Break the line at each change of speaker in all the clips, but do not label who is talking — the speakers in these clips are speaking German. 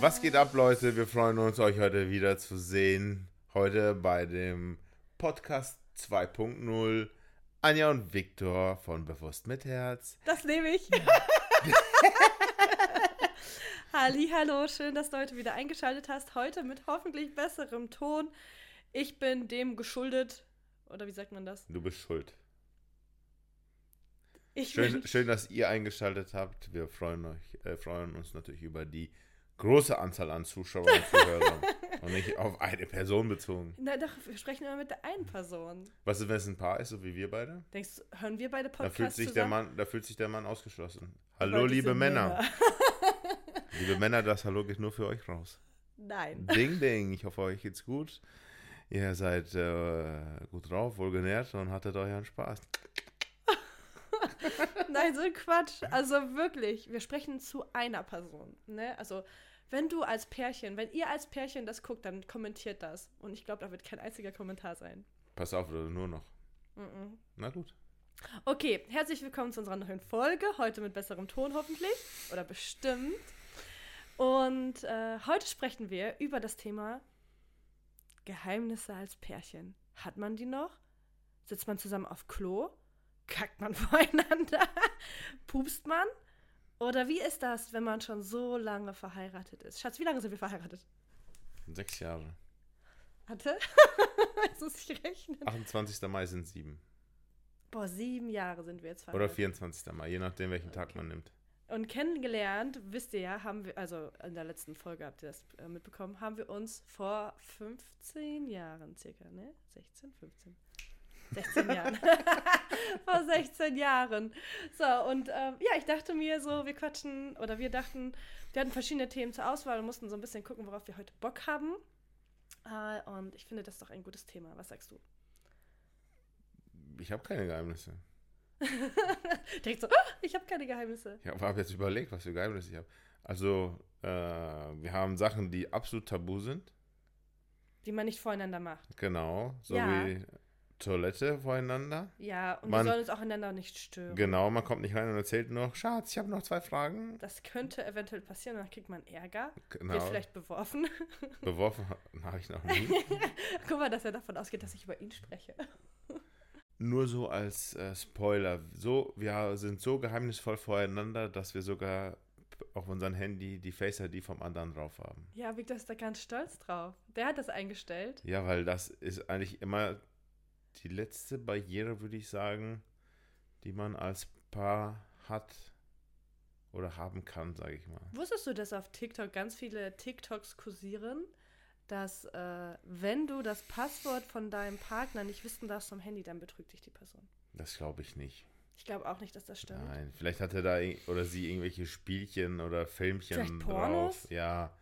Was geht ab, Leute? Wir freuen uns, euch heute wieder zu sehen. Heute bei dem Podcast 2.0. Anja und Viktor von Bewusst mit Herz.
Das nehme ich. Halli, hallo, schön, dass du heute wieder eingeschaltet hast. Heute mit hoffentlich besserem Ton. Ich bin dem geschuldet. Oder wie sagt man das?
Du bist schuld.
Ich
Schön,
bin,
schön dass ihr eingeschaltet habt. Wir freuen, euch, äh, freuen uns natürlich über die große Anzahl an Zuschauern und Zuhörern. und nicht auf eine Person bezogen.
Na doch, wir sprechen immer mit der einen Person.
Was ist, wenn es ein Paar ist, so wie wir beide?
Denkst du, hören wir beide
Da
Podcasts
fühlt, sich der
zusammen?
Mann, da fühlt sich der Mann ausgeschlossen.
Weil
Hallo,
die
liebe
sind
Männer. Liebe Männer, das Hallo geht nur für euch raus.
Nein.
Ding, ding. Ich hoffe, euch geht's gut. Ihr seid äh, gut drauf, wohlgenährt und hattet euren Spaß.
Nein, so ein Quatsch. Also wirklich, wir sprechen zu einer Person. Ne? Also, wenn du als Pärchen, wenn ihr als Pärchen das guckt, dann kommentiert das. Und ich glaube, da wird kein einziger Kommentar sein.
Pass auf, oder nur noch.
Mhm.
Na gut.
Okay, herzlich willkommen zu unserer neuen Folge. Heute mit besserem Ton hoffentlich. Oder bestimmt. Und äh, heute sprechen wir über das Thema Geheimnisse als Pärchen. Hat man die noch? Sitzt man zusammen auf Klo? Kackt man voreinander? Pupst man? Oder wie ist das, wenn man schon so lange verheiratet ist? Schatz, wie lange sind wir verheiratet?
Sechs Jahre.
Hatte? Jetzt muss ich rechnen.
28. Mai sind sieben.
Boah, sieben Jahre sind wir jetzt
Oder
verheiratet.
24. Mai, je nachdem, welchen Tag man nimmt.
Und kennengelernt, wisst ihr ja, haben wir, also in der letzten Folge habt ihr das äh, mitbekommen, haben wir uns vor 15 Jahren circa, ne? 16, 15. 16 Jahren. vor 16 Jahren. So, und ähm, ja, ich dachte mir so, wir quatschen oder wir dachten, wir hatten verschiedene Themen zur Auswahl und mussten so ein bisschen gucken, worauf wir heute Bock haben. Äh, und ich finde, das ist doch ein gutes Thema. Was sagst du?
Ich habe keine Geheimnisse.
Direkt so, "Ah, ich habe keine Geheimnisse.
Ich habe jetzt überlegt, was für Geheimnisse ich habe. Also, äh, wir haben Sachen, die absolut tabu sind.
Die man nicht voreinander macht.
Genau. So
Ja.
wie Toilette voreinander.
Ja, und
Man-
wir sollen uns auch einander nicht stören.
Genau, man kommt nicht rein und erzählt noch, Schatz, ich habe noch zwei Fragen.
Das könnte eventuell passieren, dann kriegt man Ärger, wird
Genau.
vielleicht beworfen.
Beworfen habe ich noch nie.
Guck mal, dass er davon ausgeht, dass ich über ihn spreche.
Nur so als äh, Spoiler. So, wir sind so geheimnisvoll voreinander, dass wir sogar auf unserem Handy die Face-ID vom anderen drauf haben.
Ja, Victor ist da ganz stolz drauf. Der hat das eingestellt.
Ja, weil das ist eigentlich immer die letzte Barriere, würde ich sagen, die man als Paar hat oder haben kann, sage ich mal.
Wusstest du, dass auf TikTok ganz viele TikToks kursieren, dass äh, wenn du das Passwort von deinem Partner nicht wissen darfst vom Handy, dann betrügt dich die Person.
Das glaube ich nicht.
Ich glaube auch nicht, dass das stimmt.
Nein, vielleicht hat er da i- oder sie irgendwelche Spielchen oder Filmchen
Vielleicht
drauf.
Pornos?
Ja.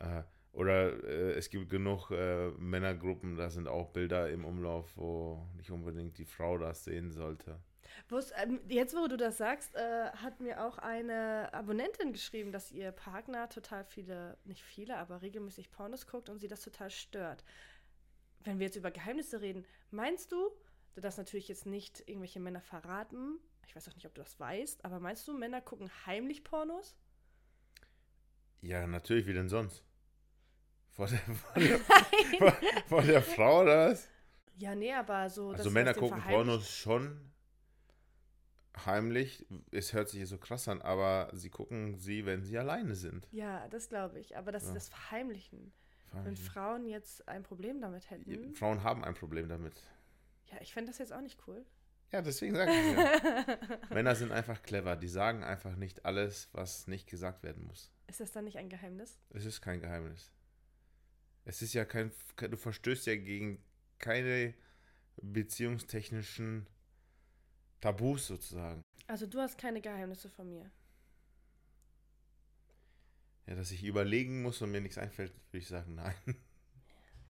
Äh, oder äh, es gibt genug äh, Männergruppen, da sind auch Bilder im Umlauf, wo nicht unbedingt die Frau das sehen sollte.
Wus- ähm, Jetzt, wo du das sagst, äh, hat mir auch eine Abonnentin geschrieben, dass ihr Partner total viele, nicht viele, aber regelmäßig Pornos guckt und sie das total stört. Wenn wir jetzt über Geheimnisse reden, meinst du, du darfst natürlich jetzt nicht irgendwelche Männer verraten, ich weiß auch nicht, ob du das weißt, aber meinst du, Männer gucken heimlich Pornos?
Ja, natürlich, wie denn sonst? Vor der, vor der, vor, vor der Frau oder was?
Ja, nee, aber so. dass
Also
sie
Männer
das denen
gucken
verheimlichen.
Pornos schon heimlich. Es hört sich so krass an, aber sie gucken sie, wenn sie alleine sind.
Ja, das glaube ich, aber dass
Ja.
sie das verheimlichen. Wenn Frauen jetzt ein Problem damit hätten.
Frauen haben ein Problem damit.
Ja, ich fände das jetzt auch nicht cool.
Ja, deswegen sage ich ja. Männer sind einfach clever. Die sagen einfach nicht alles, was nicht gesagt werden muss.
Ist das dann nicht ein Geheimnis?
Es ist kein Geheimnis. Es ist ja kein. Du verstößt ja gegen keine beziehungstechnischen Tabus sozusagen.
Also du hast keine Geheimnisse von mir.
Ja, dass ich überlegen muss und mir nichts einfällt, würde ich sagen, nein.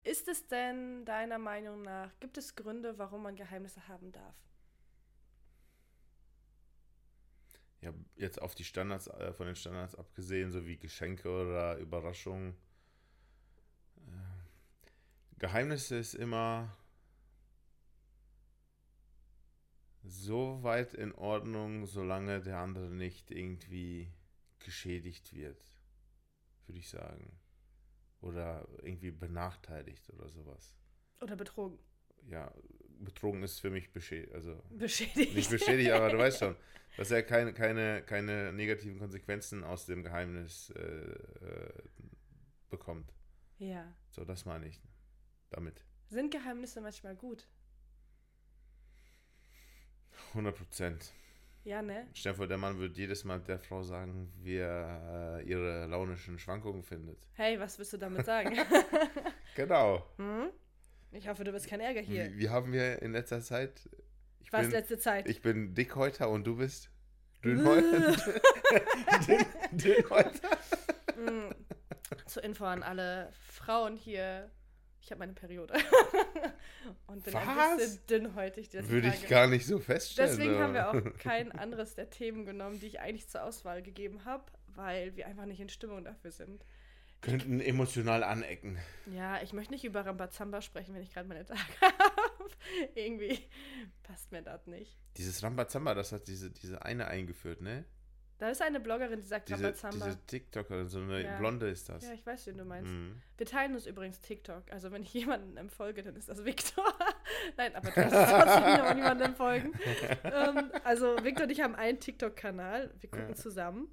Ist es denn deiner Meinung nach, gibt es Gründe, warum man Geheimnisse haben darf?
Ja, jetzt auf die Standards, äh, von den Standards abgesehen, so wie Geschenke oder Überraschungen. Äh, Geheimnisse ist immer so weit in Ordnung, solange der andere nicht irgendwie geschädigt wird. würde ich sagen. Oder irgendwie benachteiligt oder sowas.
Oder betrogen.
Ja, betrogen ist für mich beschädigt. Also
Beschädigt.
nicht beschädigt, aber du weißt schon, dass er keine, keine, keine negativen Konsequenzen aus dem Geheimnis äh, äh, bekommt.
Ja.
So, das meine ich damit.
Sind Geheimnisse manchmal gut?
100 Prozent.
Ja, ne?
Stell dir vor, der Mann würde jedes Mal der Frau sagen, wie er äh, ihre launischen Schwankungen findet.
Hey, was willst du damit sagen?
Genau.
hm? Ich hoffe, du bist kein Ärger hier.
Wie, wie haben wir in letzter Zeit. Ich
Was
bin,
letzte Zeit?
ich bin Dickhäuter und du bist. Dünnhäuter.
Äh.
Dünn- Dünnhäuter.
Mm. Zur Info an alle Frauen hier. Ich habe meine Periode. Und bin ein
Was?
bisschen dünnhäutig. die letzten
Würde
Tage.
ich gar nicht so feststellen.
Deswegen haben wir
aber-
auch kein anderes der Themen genommen, die ich eigentlich zur Auswahl gegeben habe, weil wir einfach nicht in Stimmung dafür sind.
Könnten emotional anecken.
Ja, ich möchte nicht über Rambazamba sprechen, wenn ich gerade meine Tage habe. Irgendwie passt mir das nicht.
Dieses Rambazamba, das hat diese, diese eine eingeführt, ne?
Da ist eine Bloggerin, die sagt
Diese,
Rambazamba.
diese TikTokerin, so eine
Ja.
Blonde ist das.
Ja, ich weiß, wen du meinst.
Mhm.
Wir teilen uns übrigens TikTok. Also wenn ich jemanden folge, dann ist das Viktor. Nein, aber du hast trotzdem noch niemandem folgen. ähm, also Viktor und ich haben einen TikTok-Kanal. Wir gucken
Ja.
zusammen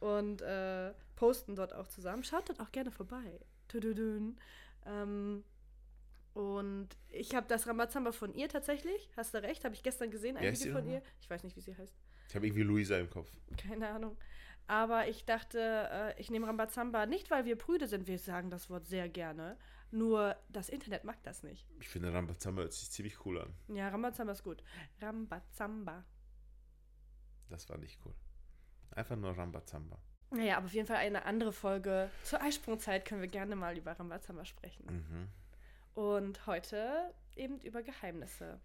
und äh, posten dort auch zusammen. Schaut dort auch gerne vorbei. Tududün. Ähm, und ich habe das Ramazamba von ihr tatsächlich. Hast du recht? Habe ich gestern gesehen, ein
Wer ist
Video
sie
von
nochmal?
ihr. Ich weiß nicht, wie sie heißt.
Ich habe irgendwie Luisa im Kopf.
Keine Ahnung. Aber ich dachte, äh, ich nehme Rambazamba nicht, weil wir Brüde sind. Wir sagen das Wort sehr gerne. Nur das Internet mag das nicht.
Ich finde Rambazamba hört sich ziemlich cool an.
Ja, Rambazamba ist gut. Rambazamba.
Das war nicht cool. Einfach nur Rambazamba.
Naja, aber auf jeden Fall eine andere Folge. Zur Eisprungzeit können wir gerne mal über Rambazamba sprechen.
Mhm.
Und heute eben über Geheimnisse.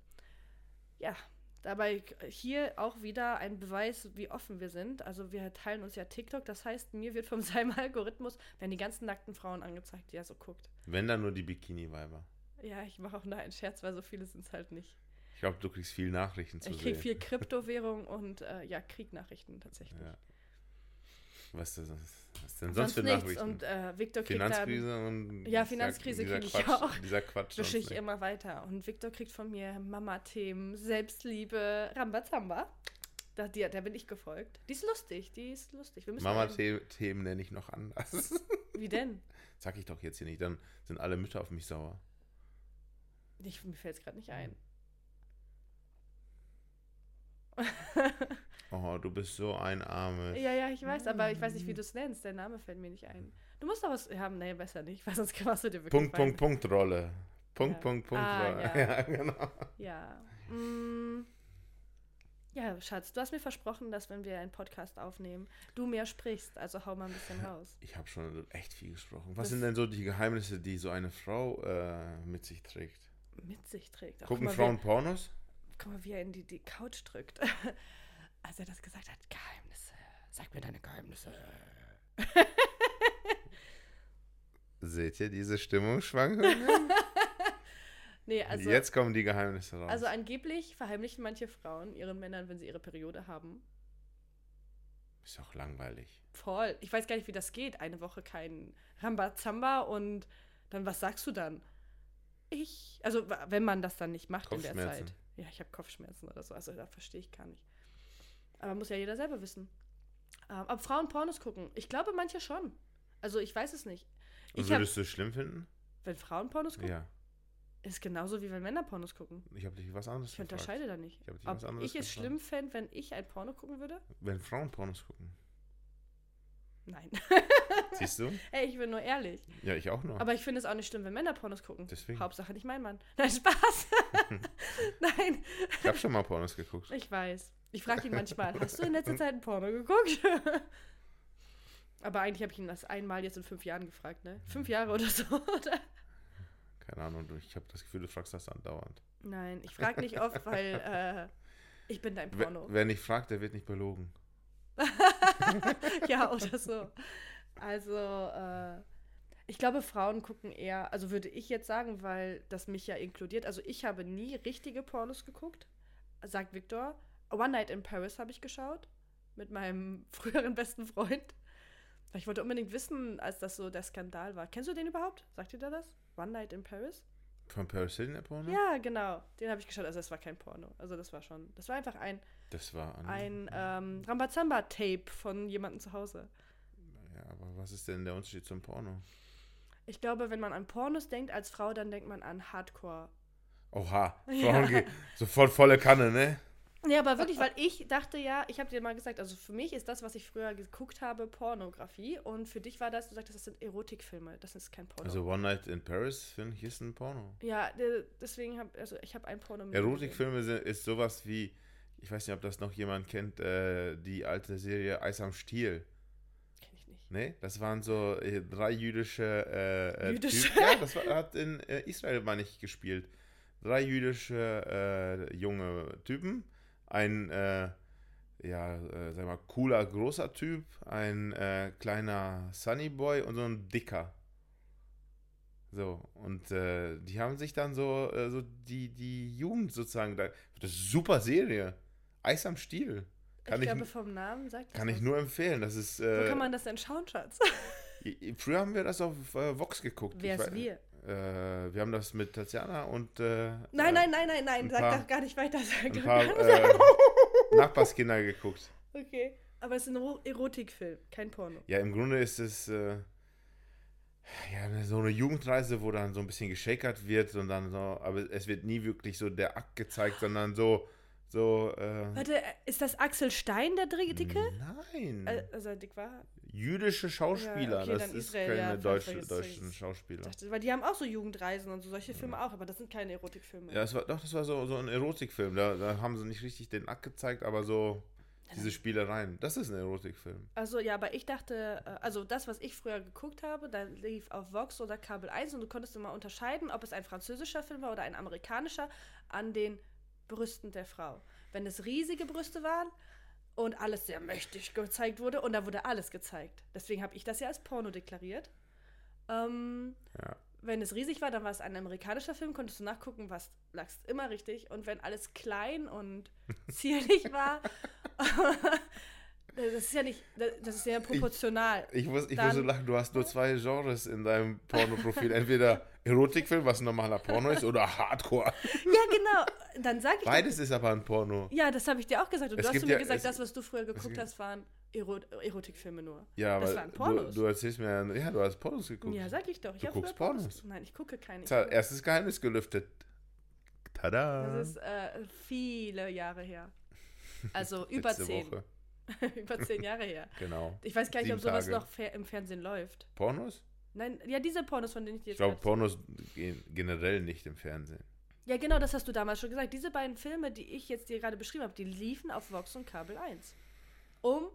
Ja, dabei hier auch wieder ein Beweis, wie offen wir sind. Also wir teilen uns ja TikTok. Das heißt, mir wird von seinem Algorithmus, werden die ganzen nackten Frauen angezeigt, die er so guckt.
Wenn dann nur die Bikini-Weiber.
Ja, ich mache auch nur einen Scherz, weil so viele sind es halt nicht.
Ich glaube, du kriegst viel Nachrichten zu
ich kriege
sehen.
viel Kryptowährung und äh, ja, Kriegnachrichten tatsächlich.
Ja. Was, denn, was denn sonst für Nachrichten?
Und äh, Viktor kriegt dann,
Finanzkrise und.
Ja,
dieser-
Finanzkrise
dieser
krieg ich
Quatsch-
auch.
Dieser Quatsch.
wische
sonst,
ich
ne?
immer weiter. Und Viktor kriegt von mir Mama-Themen, Selbstliebe, Rambazamba. Da, die, der bin ich gefolgt. Die ist lustig, die ist lustig. Wir müssen einen-
Mama-Themen nenne ich noch anders.
Wie denn?
Sag ich doch jetzt hier nicht, dann sind alle Mütter auf mich sauer.
Ich, mir fällt es gerade nicht ein.
Oh, du bist so ein armes.
Ja, ja, ich weiß, aber ich weiß
Mm.
nicht, wie du es nennst. Der Name fällt mir nicht ein. Du musst doch was haben. Nee, besser nicht, weil sonst machst du dir wirklich
Punkt,
Feinde.
Punkt, Punkt, Rolle. Punkt,
Ja.
Punkt, Punkt,
Ah,
Rolle.
ja.
Ja. genau.
Ja. Mm. Ja, Schatz, du hast mir versprochen, dass wenn wir einen Podcast aufnehmen, du mehr sprichst. Also hau mal ein bisschen raus.
Ich habe schon echt viel gesprochen. Was
Das-
sind denn so die Geheimnisse, die so eine Frau äh, mit sich trägt?
Mit sich trägt. Ach,
Gucken
guck mal,
Frauen Pornos?
Wie, guck mal, wie er in die, die Couch drückt. Als er das gesagt hat, Geheimnisse. Sag mir deine Geheimnisse.
Seht ihr diese Stimmungsschwankungen?
Nee, also,
Jetzt kommen die Geheimnisse raus.
also angeblich verheimlichen manche Frauen ihren Männern, wenn sie ihre Periode haben.
Ist doch langweilig.
Voll. Ich weiß gar nicht, wie das geht. Eine Woche kein Rambazamba und dann, was sagst du dann? Ich, also w- wenn man das dann nicht macht in der
Kopfschmerzen.
Zeit. Ja, ich habe Kopfschmerzen oder so. Also da verstehe ich gar nicht. Aber muss ja jeder selber wissen. Ähm, ob Frauen Pornos gucken? Ich glaube, manche schon. Also ich weiß es nicht. Ich
Und
hab,
Also, würdest du es schlimm finden?
wenn Frauen Pornos gucken,
Ja.
ist genauso wie wenn Männer Pornos gucken.
Ich habe dich was anderes
Ich
gefragt.
unterscheide da nicht.
Ich hab dich was
ob
anderes
ich es
gefragt.
schlimm fände, wenn ich ein Porno gucken würde?
Wenn Frauen Pornos gucken.
Nein.
Siehst du?
Ey, ich bin nur ehrlich.
Ja, ich auch noch.
Aber ich finde es auch nicht schlimm, wenn Männer Pornos gucken.
Deswegen.
Hauptsache nicht mein Mann. Nein, Spaß. Nein,
ich habe schon mal Pornos geguckt.
ich weiß. Ich frage ihn manchmal, hast du in letzter Zeit ein Porno geguckt? Aber eigentlich habe ich ihn das einmal jetzt in fünf Jahren gefragt, ne? Fünf Jahre oder so, oder?
Keine Ahnung, du- ich habe das Gefühl, du fragst das andauernd.
Nein, ich frage nicht oft, weil äh, ich bin dein
We-
Porno.
Wer nicht fragt, der wird nicht belogen.
ja, oder so. Also, äh, ich glaube, Frauen gucken eher, also würde ich jetzt sagen, weil das mich ja inkludiert. Also, ich habe nie richtige Pornos geguckt, sagt Victor. One Night in Paris habe ich geschaut mit meinem früheren besten Freund. Ich wollte unbedingt wissen, als das so der Skandal war. Kennst du den überhaupt? Sagt dir da das? One Night in Paris?
Von Paris Hilton, der Porno?
Ja, genau. Den habe ich geschaut. Also das war kein Porno. Also das war schon, das war einfach ein,
Das war an.
ein ähm, Rambazamba-Tape von jemandem zu Hause.
ja, aber was ist denn der Unterschied zum Porno?
Ich glaube, wenn man an Pornos denkt als Frau, dann denkt man an Hardcore.
Oha,
Ja.
Frauen gehen sofort volle Kanne, ne?
Ja, aber wirklich, weil ich dachte ja, ich habe dir mal gesagt, also für mich ist das, was ich früher geguckt habe, Pornografie. Und für dich war das, du sagtest, das sind Erotikfilme, das ist kein Porno.
Also One Night in Paris, finde ich, ist ein Porno.
ja, de- deswegen habe also ich habe ein Porno mit
Erotikfilme sind, ist sowas wie, ich weiß nicht, ob das noch jemand kennt, äh, die alte Serie Eis am Stiel.
Kenne ich nicht.
Ne? Das waren so äh, drei jüdische. Äh, äh,
Jüdische?
Typen. Ja, das war, hat in äh, Israel, meine ich, gespielt. Drei jüdische äh, junge Typen. Ein, äh, ja, äh, sag mal, cooler, großer Typ. Ein äh, kleiner Sunny Boy und so ein dicker. So, und äh, die haben sich dann so, äh, so die, die Jugend sozusagen. Da, das ist super Serie. Eis am Stiel. Kann
ich,
ich,
glaube, vom Namen sagt
kann
das
ich
was.
nur empfehlen. Das ist.
Wo
Äh,
kann man das denn schauen, Schatz?
I- Früher haben wir das auf äh, Vox geguckt.
Wer
Ich
ist
wei-
wir?
Äh, wir haben das mit Tatjana und äh,
Nein,
äh,
nein, nein, nein, nein,
ein
sag
paar-
doch gar nicht weiter. Sag
ein
doch
paar
gar nicht.
äh, Nachbarskinder geguckt.
Okay. Aber es ist ein Ero- Erotikfilm, kein Porno.
Ja, im Grunde ist es äh, ja, eine- so eine Jugendreise, wo dann so ein bisschen geschakert wird und dann so, aber es wird nie wirklich so der Akt gezeigt, sondern so, so, äh,
Warte, äh, ist das Axel Stein, der dri- Dicke?
Nein.
Äh, Also dick war.
Jüdische
Ja,
Schauspieler,
okay,
das
dann
ist
Israel, ja,
keine
fast
deutsche,
vergessen.
deutschen Schauspieler.
Dachte, weil die haben auch so Jugendreisen und so solche Filme auch, aber das sind keine Erotikfilme.
Ja, es war, doch, das war so, so ein Erotikfilm. Da, da haben sie nicht richtig den Akt gezeigt, aber so diese Spielereien. Das ist ein Erotikfilm.
Äh, Also ja, aber ich dachte, äh, also das, was ich früher geguckt habe, da lief auf Vox oder Kabel 1 und du konntest immer unterscheiden, ob es ein französischer Film war oder ein amerikanischer an den Brüsten der Frau. Wenn es riesige Brüste waren und alles sehr mächtig gezeigt wurde und da wurde alles gezeigt. Deswegen habe ich das ja als Porno deklariert. Ähm,
Ja.
wenn es riesig war, dann war es ein amerikanischer Film, konntest du nachgucken, was lagst immer richtig. Und wenn alles klein und zierlich war, das ist ja nicht, das ist ja proportional.
Ich muss, ich
Dann-
muss so lachen, du hast nur zwei Genres in deinem Pornoprofil. Entweder Erotikfilm, was ein normaler Porno ist, oder Hardcore.
ja, genau. Dann sag ich dir-
Beides ist aber ein Porno.
Ja, das habe ich dir auch gesagt. Und
Es
du hast
gibt
zu mir
ja-
gesagt,
es-
das, was du früher geguckt
gibt-
hast, waren Ero Erotikfilme nur.
Ja,
Das
aber
waren Pornos.
Du, du erzählst mir, ja, ja, du hast Pornos geguckt.
Ja, sag ich doch. Ich
Du
hab
guckst
früher
Pornos.
Nein, ich gucke keine. Ich
Tja, erstes Geheimnis gelüftet. Tada!
das ist äh, viele Jahre her. Also über
Letzte
zehn.
Woche.
über zehn Jahre her.
Genau.
Ich weiß gar nicht, ob
Sieben
sowas
Tage.
noch fer im Fernsehen läuft.
Pornos?
Nein, ja, diese Pornos, von denen ich dir jetzt
Ich glaube,
gerade-
Pornos gehen generell nicht im Fernsehen.
Ja, genau, das hast du damals schon gesagt. Diese beiden Filme, die ich jetzt dir gerade beschrieben habe, die liefen auf Vox und Kabel 1. Um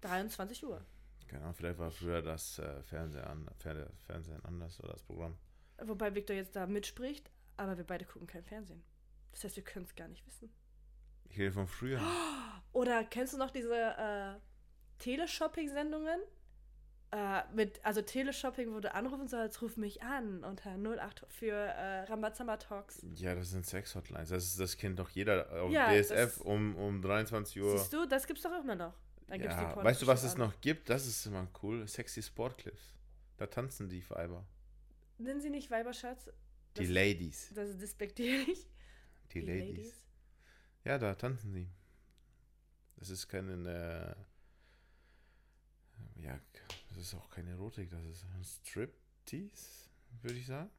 23 Uhr.
Keine Ahnung, vielleicht war früher das äh, Fernsehen, an, Ferne- Fernsehen anders oder das Programm.
Wobei Victor jetzt da mitspricht, aber wir beide gucken kein Fernsehen. Das heißt, wir können es gar nicht wissen.
Ich rede von früher.
Oder kennst du noch diese äh, Teleshopping-Sendungen? Äh, mit, also Teleshopping, wo du anrufen sollst, ruf mich an unter 08 für äh, Rambazamba Talks.
Ja, das sind Sex-Hotlines. Das, ist, das kennt doch jeder auf
Ja, das-
DSF um, um 23 Uhr.
Siehst du, das gibt's doch immer noch. Dann gibt's die
ja,
Pornos
weißt du, was
bestimmt
es
auch
noch gibt? Das ist immer cool. Sexy Sportclips. Da tanzen die Weiber.
Nennen sie nicht Weiberschatz?
Die
Das-
Ladies.
Das ist despektierlich.
Die, Ladies. Ja, da tanzen sie. Das ist keine. Äh, ja, das ist auch keine Erotik. Das ist ein Striptease, würde ich sagen.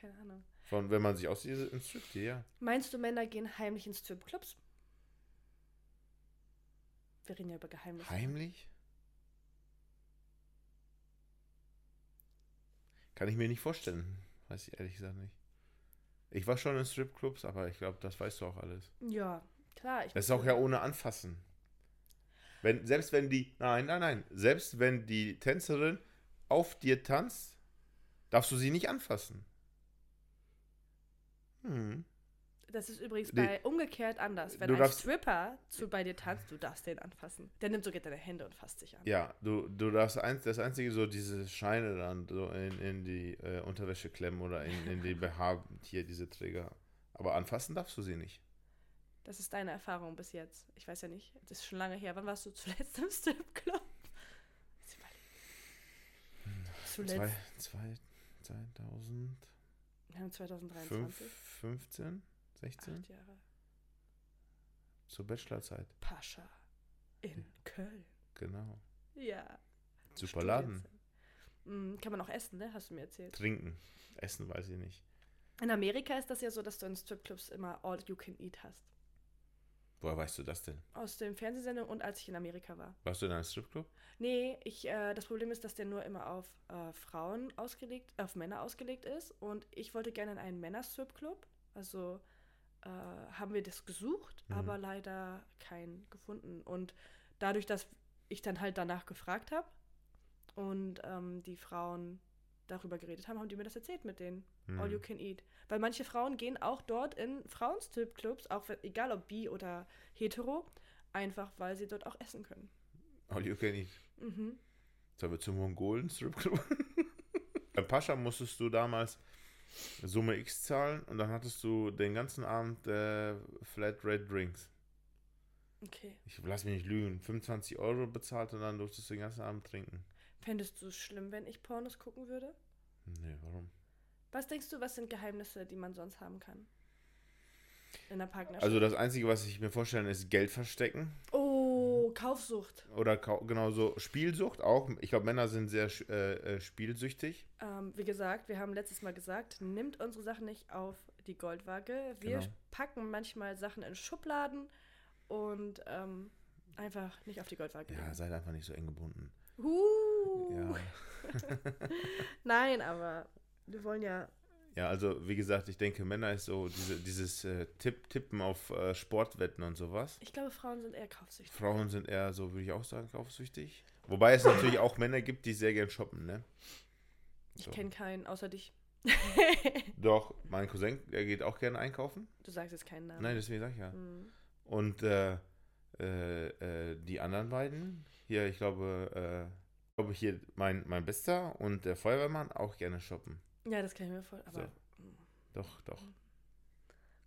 Keine Ahnung.
Von, wenn man sich aussieht, ist es ein Striptease, ja.
Meinst du, Männer gehen heimlich ins Stripclubs? Wir reden ja über Geheimnisse.
Heimlich? Kann ich mir nicht vorstellen. Weiß ich ehrlich gesagt nicht. Ich war schon in Stripclubs, aber ich glaube, das weißt du auch alles.
Ja, klar. Ich
Das ist auch ja ohne Anfassen. Wenn, selbst wenn die, nein, nein, nein, selbst wenn die Tänzerin auf dir tanzt, darfst du sie nicht anfassen. Hm.
Das ist übrigens
Nee.
bei umgekehrt anders. Wenn
Du
ein
darfst-
Stripper zu bei dir tanzt, du darfst den anfassen. Der nimmt sogar deine Hände und fasst dich an.
Ja, du, du darfst eins, das einzige so diese Scheine dann so in, in die äh, Unterwäsche klemmen oder in, in die BH, hier diese Träger. Aber anfassen darfst du sie nicht.
Das ist deine Erfahrung bis jetzt. Ich weiß ja nicht. Das ist schon lange her. Wann warst du zuletzt im Stripclub?
Hm, Zwei,
zuletzt.
zwei, 2015,
Wir haben 2023.
16?
Acht Jahre.
Zur Bachelorzeit,
Pascha. In Köln.
genau.
Ja.
Super Laden.
Studienzeit. Mm, Kann man auch essen, ne? Hast du mir erzählt.
Trinken. Essen weiß ich nicht.
In Amerika ist das ja so, dass du in Stripclubs immer All You Can Eat hast.
Woher weißt du das denn?
Aus dem Fernsehsendung und als ich in Amerika war.
Warst du in einem Stripclub?
Nee, ich, äh, das Problem ist, dass der nur immer auf äh, Frauen ausgelegt, auf Männer ausgelegt ist. Und ich wollte gerne in einen Männer-Strip-Club. Also äh, haben wir das gesucht,
Mhm.
aber leider keinen gefunden. Und dadurch, dass ich dann halt danach gefragt habe und ähm, die Frauen darüber geredet haben, haben die mir das erzählt mit denen.
Mhm.
All you can eat. Weil manche Frauen gehen auch dort in Frauenstripclubs, auch wenn- egal ob bi oder hetero, einfach weil sie dort auch essen können.
All you can eat.
Mhm.
Sollen wir zum Mongolen Stripclub? Beim Pascha musstest du damals Summe X zahlen und dann hattest du den ganzen Abend äh, Flat Red Drinks.
Okay.
Ich lass mich nicht lügen. 25 Euro bezahlt und dann durftest du den ganzen Abend trinken.
Fändest du es schlimm, wenn ich Pornos gucken würde?
Nee, warum?
Was denkst du, was sind Geheimnisse, die man sonst haben kann? In der Partnerschaft.
Also das Einzige, was ich mir vorstellen, ist Geld verstecken.
oh, Kaufsucht.
Oder kau- genauso Spielsucht auch. Ich glaube, Männer sind sehr sch- äh, äh, spielsüchtig.
Ähm, wie gesagt, wir haben letztes Mal gesagt, nimmt unsere Sachen nicht auf die Goldwaage. Wir
Genau.
packen manchmal Sachen in Schubladen und ähm, einfach nicht auf die Goldwaage.
Ja,
legen.
seid einfach nicht so eng gebunden.
Huh.
Ja.
Nein, aber wir wollen ja.
Ja, also wie gesagt, ich denke, Männer ist so diese, dieses äh, Tipp, Tippen auf äh, Sportwetten und sowas.
Ich glaube, Frauen sind eher kaufsüchtig.
Frauen sind eher so, würde ich auch sagen, kaufsüchtig. Wobei es natürlich auch Männer gibt, die sehr gern shoppen, ne?
Ich
So.
kenne keinen, außer dich.
Doch, mein Cousin, der geht auch gerne einkaufen.
Du sagst jetzt keinen Namen.
Nein, deswegen sag ich ja.
Hm.
Und äh, äh, äh, die anderen beiden, hier, ich glaube, äh, ich glaube hier mein, mein Bester und der Feuerwehrmann auch gerne shoppen.
Ja, das kann ich mir vorstellen. Aber,
Doch, doch.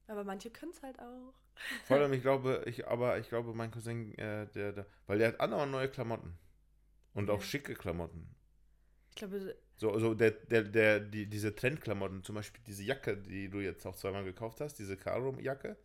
aber manche können es halt auch.
Vor allem, ich glaube, ich, aber ich glaube, mein Cousin, äh, der, der, weil der hat andauernd neue Klamotten. Und auch
Ja.
schicke Klamotten.
Ich glaube,
So, so der, der, der, die, diese Trendklamotten, zum Beispiel diese Jacke, die du jetzt auch zweimal gekauft hast, diese Caro-Jacke.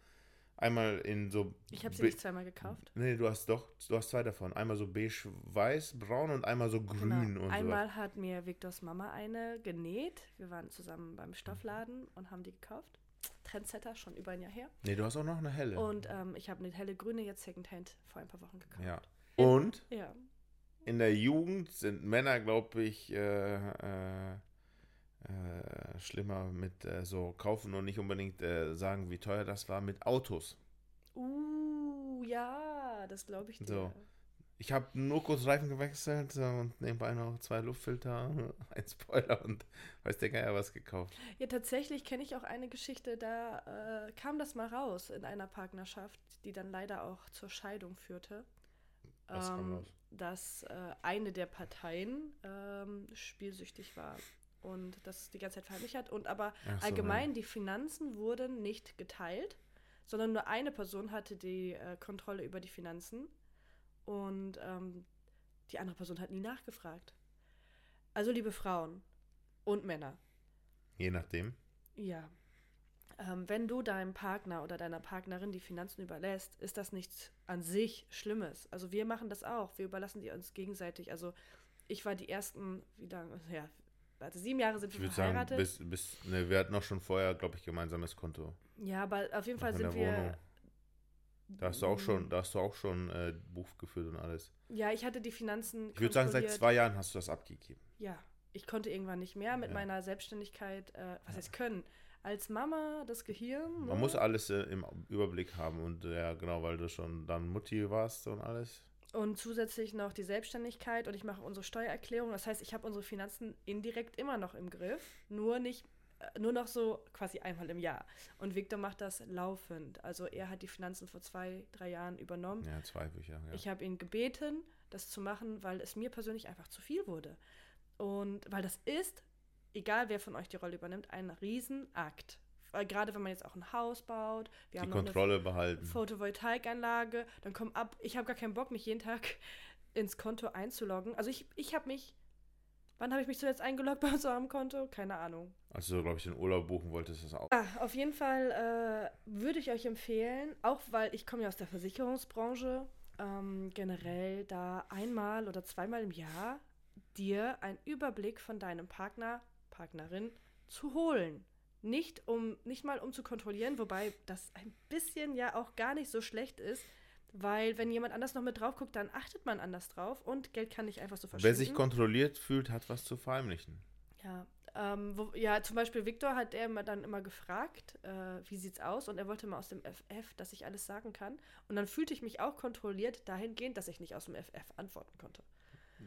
Einmal in so.
ich habe sie
be-
nicht zweimal gekauft.
Nee, du hast doch, du hast zwei davon. Einmal so beige-weiß, braun und einmal so grün
genau.
und
Einmal hat mir Victors Mama eine genäht. Wir waren zusammen beim Stoffladen und haben die gekauft. Trendsetter, schon über ein Jahr her.
so. Nee, du hast auch noch eine helle.
Und ähm, ich habe eine helle grüne jetzt Secondhand vor ein paar Wochen gekauft.
ja. Und
Ja.
in der Jugend sind Männer, glaube ich, äh, äh, äh, schlimmer mit äh, so kaufen und nicht unbedingt äh, sagen, wie teuer das war mit Autos.
Uh, ja, das glaube ich dir.
So. Ich habe nur kurz Reifen gewechselt äh, und nebenbei noch zwei Luftfilter, ein Spoiler und weiß der Geier was gekauft.
Ja, tatsächlich kenne ich auch eine Geschichte, da äh, kam das mal raus in einer Partnerschaft, die dann leider auch zur Scheidung führte. Ähm,
Was kam raus?
Dass äh, eine der Parteien ähm, spielsüchtig war und das die ganze Zeit verheimlicht hat. Und aber
Ach so,
allgemein, die Finanzen wurden nicht geteilt, sondern nur eine Person hatte die äh, Kontrolle über die Finanzen und ähm, die andere Person hat nie nachgefragt. Also liebe Frauen und Männer.
Je nachdem.
Ja. Ähm, wenn du deinem Partner oder deiner Partnerin die Finanzen überlässt, ist das nichts an sich Schlimmes. Also wir machen das auch. Wir überlassen die uns gegenseitig. Also ich war die ersten, wie lange, ja, warte, sieben Jahre sind
Ich
wir
würde sagen,
verheiratet.
bis, bis, ne, wir hatten auch schon vorher, glaube ich, gemeinsames Konto.
ja, aber auf jeden
Auch
Fall
in der
sind wir.
Wohnung. Da hast du auch schon, da hast du auch schon äh, Buch geführt und alles.
Ja, ich hatte die Finanzen.
Ich würde sagen, seit
kontrolliert.
zwei Jahren hast du das abgegeben.
Ja, ich konnte irgendwann nicht mehr mit
Ja.
meiner Selbstständigkeit, äh, was heißt können. Als Mama das Gehirn.
Man
ne?
muss alles äh, im Überblick haben und äh, ja, genau, weil du schon dann Mutti warst und alles.
Und zusätzlich noch die Selbstständigkeit und ich mache unsere Steuererklärung. Das heißt, ich habe unsere Finanzen indirekt immer noch im Griff, nur nicht, äh, nur noch so quasi einmal im Jahr. Und Victor macht das laufend. Also er hat die Finanzen vor zwei, drei Jahren übernommen.
Ja, zwei Bücher. Ja.
Ähm, Ich habe ihn gebeten, das zu machen, weil es mir persönlich einfach zu viel wurde. Und weil das ist, egal wer von euch die Rolle übernimmt, ein Riesenakt. Weil Gerade wenn man jetzt auch ein Haus baut, wir
Die
haben noch eine
Kontrolle behalten.
Photovoltaikanlage, dann komm ab. Ich habe gar keinen Bock, mich jeden Tag ins Konto einzuloggen. Also ich, ich habe mich Wann habe ich mich zuletzt eingeloggt bei unserem Konto? Keine Ahnung.
Als du, glaube ich, den Urlaub buchen wolltest, das auch.
Ah, auf jeden Fall äh, würde ich euch empfehlen, auch weil ich komme ja aus der Versicherungsbranche, ähm, generell da einmal oder zweimal im Jahr dir einen Überblick von deinem Partner, Partnerin zu holen. Nicht um, nicht mal um zu kontrollieren, wobei das ein bisschen ja auch gar nicht so schlecht ist, weil wenn jemand anders noch mit drauf guckt, dann achtet man anders drauf und Geld kann nicht einfach so verschwinden.
Wer sich kontrolliert fühlt, hat was zu verheimlichen.
Ja, ähm, wo, ja, zum Beispiel Viktor hat er immer dann immer gefragt, äh, wie sieht's aus? Und er wollte mal aus dem FF, dass ich alles sagen kann. Und dann fühlte ich mich auch kontrolliert dahingehend, dass ich nicht aus dem FF antworten konnte.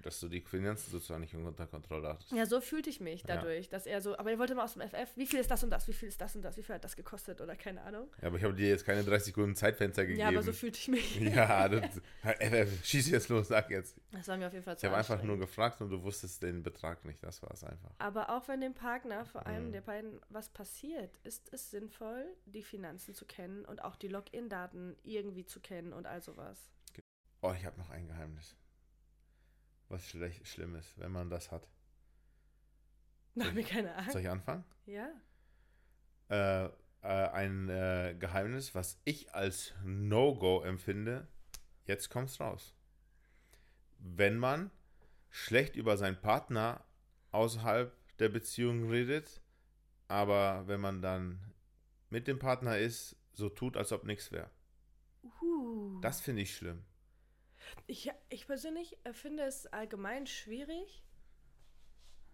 Dass du die Finanzen sozusagen nicht unter Kontrolle hattest.
Ja, so fühlte ich mich dadurch, dass er so, aber er wollte mal aus dem FF, wie viel ist das und das, wie viel ist das und das, wie viel hat das gekostet oder keine Ahnung.
Ja, aber ich habe dir jetzt keine 30 Sekunden Zeitfenster gegeben.
Ja, aber so fühlte ich mich.
Ja, das, FF, schieß jetzt los, sag jetzt.
Das war mir auf jeden Fall
Ich
zu
habe einfach
anstrengend.
nur gefragt und du wusstest den Betrag nicht. Das war es einfach.
Aber auch wenn dem Partner, vor allem
Mhm.
der beiden, was passiert, ist es sinnvoll, die Finanzen zu kennen und auch die Login-Daten irgendwie zu kennen und all sowas.
Oh, ich habe noch ein Geheimnis. Was schlech- schlimm ist, wenn man das hat.
Mach
Soll
mir keine Angst.
Soll ich anfangen?
Ja.
Äh, äh, ein äh, Geheimnis, was ich als No-Go empfinde. Jetzt kommt's raus. Wenn man schlecht über seinen Partner außerhalb der Beziehung redet, aber wenn man dann mit dem Partner ist, so tut, als ob nichts wäre.
Uh.
Das finde ich schlimm.
Ich, ich persönlich äh, finde es allgemein schwierig.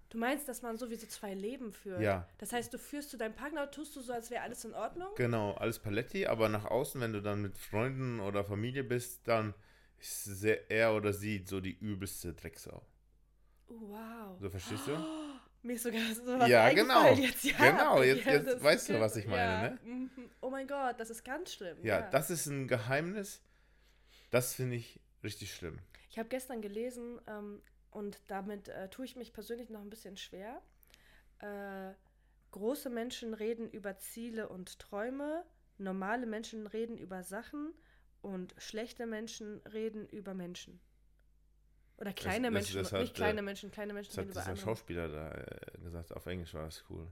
Du meinst, dass man sowieso zwei Leben führt.
Ja.
Das heißt, du führst zu deinem Partner, tust du so, als wäre alles in Ordnung.
Genau, alles Paletti, aber nach außen, wenn du dann mit Freunden oder Familie bist, dann ist sehr, er oder sie so die übelste Drecksau.
Oh, wow.
So, verstehst du?
Mir ist sogar sowas
Ja,
eingefallen
genau.
Jetzt, ja.
Genau, jetzt-
Ja,
jetzt
das
weißt du,
könnte-
was ich meine,
ja.
ne?
Mhm. Oh mein Gott, das ist ganz schlimm.
Ja, das ist ein Geheimnis. Das finde ich richtig schlimm.
Ich habe gestern gelesen ähm, und damit äh, tue ich mich persönlich noch ein bisschen schwer. Äh, große Menschen reden über Ziele und Träume, normale Menschen reden über Sachen und schlechte Menschen reden über Menschen. Oder kleine
das-
Menschen,
das hat,
nicht kleine
äh,
Menschen, kleine Menschen
Das hat
reden über
dieser
andere.
Schauspieler da äh, gesagt. Auf Englisch war das cool.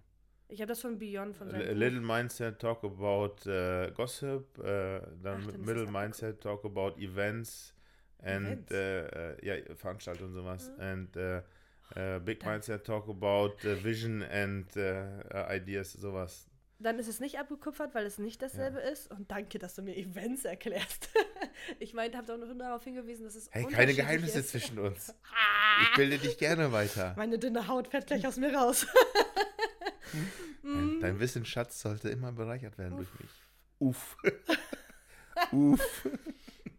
Ich habe das von Beyond von
A
seinem Buch.
little mindset, talk about äh, gossip. Äh,
Ach,
dann
dann ist
middle
das
mindset, talk about events. And
Events?
äh, äh, ja, Veranstaltungen und sowas.
Mhm.
And äh, äh, big
Danke.
mindset, talk about äh, vision and äh, äh, ideas, sowas.
Dann ist es nicht abgekupfert, weil es nicht dasselbe ist. Und danke, dass du mir Events erklärst. ich meine, habe doch schon darauf hingewiesen, dass es
Hey, keine
unterschiedlich
Geheimnisse
ist.
zwischen uns. Ich bilde dich gerne weiter.
Meine dünne Haut fährt gleich aus mir raus. Mm.
Dein, dein Wissensschatz sollte immer bereichert werden durch mich. Uff. Uff.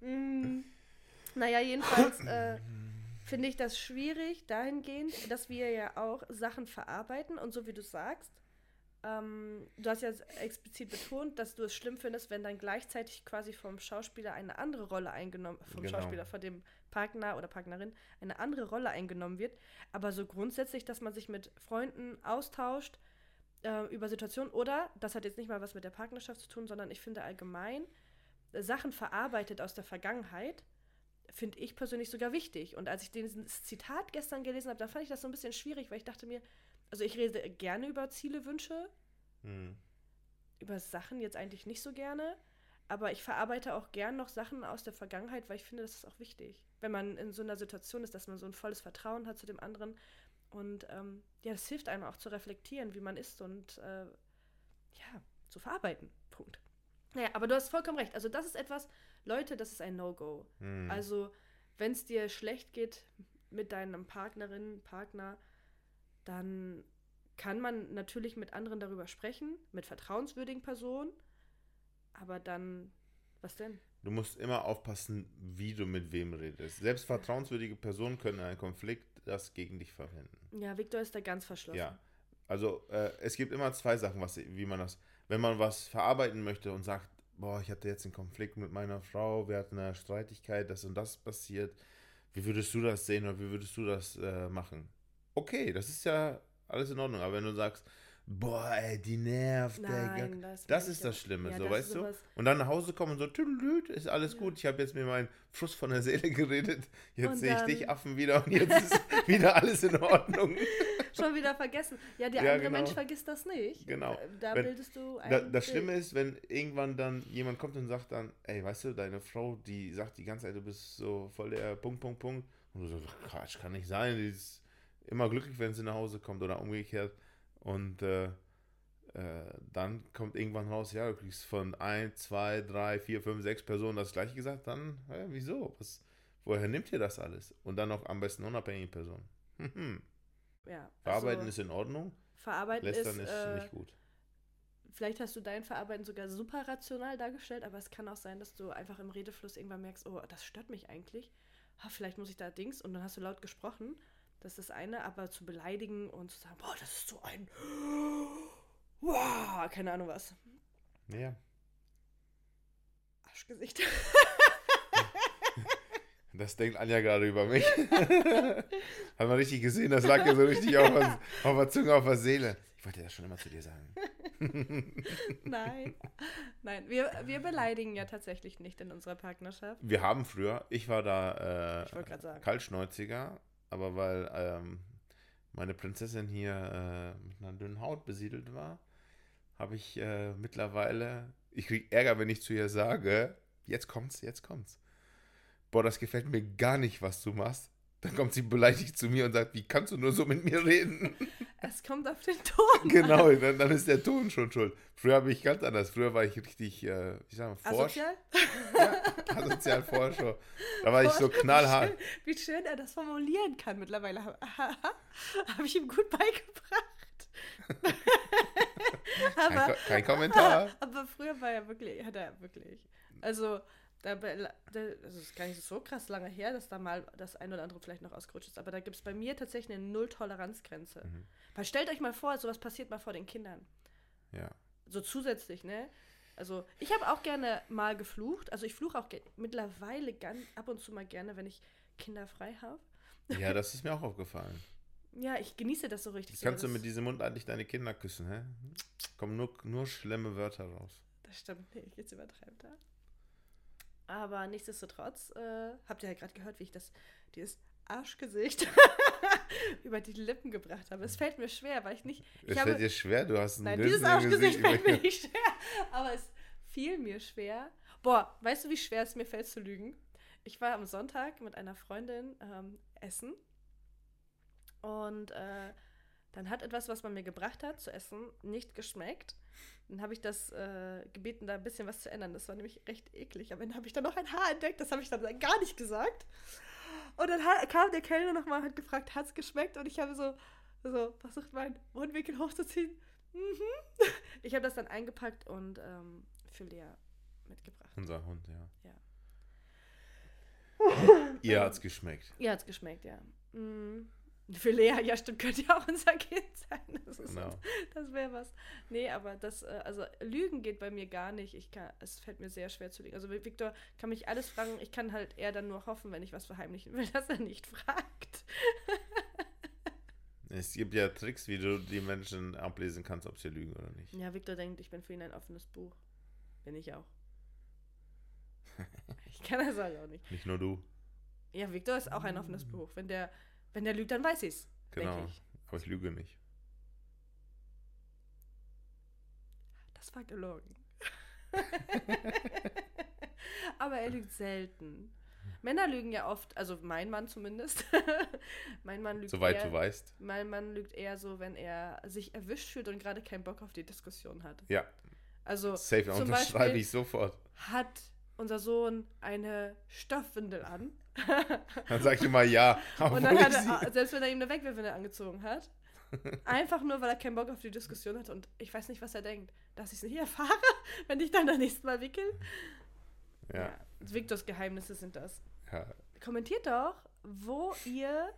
Mm. Naja, jedenfalls äh, finde ich das schwierig dahingehend, dass wir ja auch Sachen verarbeiten und so wie du sagst, ähm, du hast ja explizit betont, dass du es schlimm findest, wenn dann gleichzeitig quasi vom Schauspieler eine andere Rolle eingenommen, vom
Genau.
Schauspieler, von dem Partner oder Partnerin eine andere Rolle eingenommen wird. Aber so grundsätzlich, dass man sich mit Freunden austauscht äh, über Situationen oder, das hat jetzt nicht mal was mit der Partnerschaft zu tun, sondern ich finde allgemein, Sachen verarbeitet aus der Vergangenheit, finde ich persönlich sogar wichtig. Und als ich dieses Zitat gestern gelesen habe, da fand ich das so ein bisschen schwierig, weil ich dachte mir, also ich rede gerne über Ziele, Wünsche,
Hm.
über Sachen jetzt eigentlich nicht so gerne, aber ich verarbeite auch gern noch Sachen aus der Vergangenheit, weil ich finde, das ist auch wichtig, wenn man in so einer Situation ist, dass man so ein volles Vertrauen hat zu dem anderen. Und ähm, ja, das hilft einem auch zu reflektieren, wie man ist und äh, ja, zu verarbeiten. Punkt. Naja, aber du hast vollkommen recht. Also das ist etwas, Leute, das ist ein No-Go.
Hm.
Also, wenn es dir schlecht geht mit deinem Partnerin, Partner, dann kann man natürlich mit anderen darüber sprechen, mit vertrauenswürdigen Personen, aber dann, was denn?
Du musst immer aufpassen, wie du mit wem redest. Selbst vertrauenswürdige Personen können einen Konflikt das gegen dich verwenden.
Ja, Viktor ist da ganz verschlossen.
Ja. Also äh, es gibt immer zwei Sachen, was, wie man das, wenn man was verarbeiten möchte und sagt, boah, ich hatte jetzt einen Konflikt mit meiner Frau, wir hatten eine Streitigkeit, das und das passiert. Wie würdest du das sehen oder wie würdest du das äh, machen? Okay, das ist ja alles in Ordnung. Aber wenn du sagst, boah, ey, die nervt, ey.
Nein,
gell.
das,
Das
meine ich
ist das
auch.
Schlimme,
Ja,
so,
das
weißt
ist
du?
sowas-
Und dann nach Hause kommen und so, tüdelüt, ist alles gut. Ich habe jetzt mir meinen Schuss von der Seele geredet. Jetzt
Und
sehe ich
dann-
dich Affen wieder und jetzt ist wieder alles in Ordnung.
Schon wieder vergessen. Ja, der
Ja,
andere
genau.
Mensch vergisst das nicht.
Genau.
Da
Wenn-
bildest du ein
Da, das
Bild.
Schlimme ist, wenn irgendwann dann jemand kommt und sagt dann, ey, weißt du, deine Frau, die sagt die ganze Zeit, du bist so voll der Punkt, Punkt, Punkt. Und du so, "Ach, Quatsch, kann nicht sein. Die ist immer glücklich, wenn sie nach Hause kommt oder umgekehrt. Und äh, äh, dann kommt irgendwann raus, ja, du kriegst von 1, 2, 3, 4, 5, 6 Personen das gleiche gesagt, dann, hä, wieso? Was, woher nimmt ihr das alles? Und dann noch am besten unabhängige Personen. Hm, hm.
Ja,
Verarbeiten
also,
ist in Ordnung,
Verarbeiten ist,
lästern ist,
äh,
nicht gut.
vielleicht hast du dein Verarbeiten sogar super rational dargestellt, aber es kann auch sein, dass du einfach im Redefluss irgendwann merkst, oh, das stört mich eigentlich. Ha, vielleicht muss ich da Dings und dann hast du laut gesprochen. Das ist das eine, aber zu beleidigen und zu sagen, boah, das ist so ein wow, keine Ahnung was.
Ja.
Arschgesicht.
Das denkt Anja gerade über mich. Hat man richtig gesehen, das lag ihr so richtig auf der, auf der Zunge, auf der Seele. Ich wollte das schon immer zu dir sagen.
Nein. Nein, wir, wir beleidigen ja tatsächlich nicht in unserer Partnerschaft.
Wir haben früher, ich war da
Ich wollte
äh,
gerade sagen.
Kaltschnäuziger, aber weil ähm, meine Prinzessin hier äh, mit einer dünnen Haut besiedelt war, habe ich äh, mittlerweile, ich kriege Ärger, wenn ich zu ihr sage, jetzt kommt's, jetzt kommt's. Boah, das gefällt mir gar nicht, was du machst. Dann kommt sie beleidigt zu mir und sagt, wie kannst du nur so mit mir reden?
Es kommt auf den Ton.
Genau, dann, dann ist der Ton schon schuld. Früher habe ich ganz anders. Früher war ich richtig, äh, ich sag mal, forsch.
Asozial?
Asozial Forscher. Da war ich so knallhart.
Wie schön er das formulieren kann mittlerweile. Habe ich ihm gut beigebracht.
Kein,
aber,
Ko- kein Kommentar.
aber früher war er wirklich, hat er wirklich. Also, da, be- da, das ist gar nicht so krass lange her, dass da mal das ein oder andere vielleicht noch ausgerutscht ist. Aber da gibt es bei mir tatsächlich eine Null-Toleranz-Grenze.
Mhm.
Weil stellt euch mal vor, sowas passiert mal vor den Kindern.
Ja.
so zusätzlich, ne? Also, ich habe auch gerne mal geflucht. Also, ich fluche auch ge- mittlerweile ganz ab und zu mal gerne, wenn ich Kinder frei habe.
ja, das ist mir auch aufgefallen.
Ja, ich genieße das so richtig. so,
Kannst du
das-
mit diesem Mund eigentlich deine Kinder küssen, hä? Kommen nur, nur schlimme Wörter raus.
Das stimmt nicht, jetzt übertreibt er. Aber nichtsdestotrotz, äh, habt ihr ja gerade gehört, wie ich das, dieses Arschgesicht über die Lippen gebracht habe. Es fällt mir schwer, weil ich nicht. Ich
Es
habe,
fällt dir schwer, du hast ein
Nein,
Bild
dieses
in deinem
Arschgesicht fällt mir
übrig.
nicht schwer. Aber es fiel mir schwer. Boah, weißt du, wie schwer es mir fällt zu lügen? Ich war am Sonntag mit einer Freundin ähm, essen. Und äh, dann hat etwas, was man mir gebracht hat zu essen, nicht geschmeckt. Dann habe ich das äh, gebeten, da ein bisschen was zu ändern. Das war nämlich recht eklig. Am Ende habe ich dann noch ein Haar entdeckt, das habe ich dann gar nicht gesagt. Und dann ha- kam der Kellner nochmal und hat gefragt, hat's geschmeckt? Und ich habe so, so versucht, meinen Mundwinkel hochzuziehen. Mhm. Ich habe das dann eingepackt und ähm, für Lea mitgebracht.
Unser Hund, ja. Ihr
Ja.
hat's geschmeckt.
Ihr hat's geschmeckt, ja. Mhm. Für Lea, ja stimmt, könnte ja auch unser Kind sein. Das, ist-
Genau.
das wäre was. Nee, aber das, äh, also Lügen geht bei mir gar nicht. Ich kann, es fällt mir sehr schwer zu lügen. Also Victor kann mich alles fragen. Ich kann halt eher dann nur hoffen, wenn ich was verheimlichen will, dass er nicht fragt.
Es gibt ja Tricks, wie du die Menschen ablesen kannst, ob sie lügen oder nicht.
Ja, Victor denkt, ich bin für ihn ein offenes Buch. Bin ich auch. Ich kann das halt auch nicht.
Nicht nur du.
Ja, Victor ist auch ein offenes Buch. Wenn der, wenn der lügt, dann weiß ich's.
Genau.
Denke ich.
Aber ich lüge nicht.
Das war gelogen. Aber er lügt selten. Männer lügen ja oft, also mein Mann zumindest. mein Mann lügt
Soweit
eher,
du weißt.
Mein Mann lügt eher so, wenn er sich erwischt fühlt und gerade keinen Bock auf die Diskussion hat.
Ja,
Also
safe,
zum
unterschreibe
Beispiel-
ich sofort.
hat unser Sohn eine Stoffwindel an.
Dann sag ich immer ja.
Und
obwohl
dann hat
ich sie-
er, ah, selbst wenn er ihm eine Wegwerfwindel angezogen hat, einfach nur, weil er keinen Bock auf die Diskussion hat und ich weiß nicht, was er denkt, dass ich es nicht erfahre, wenn ich dann das nächste Mal wickel.
Ja,
Victors Geheimnisse sind das.
ja.
Kommentiert doch, wo ihr,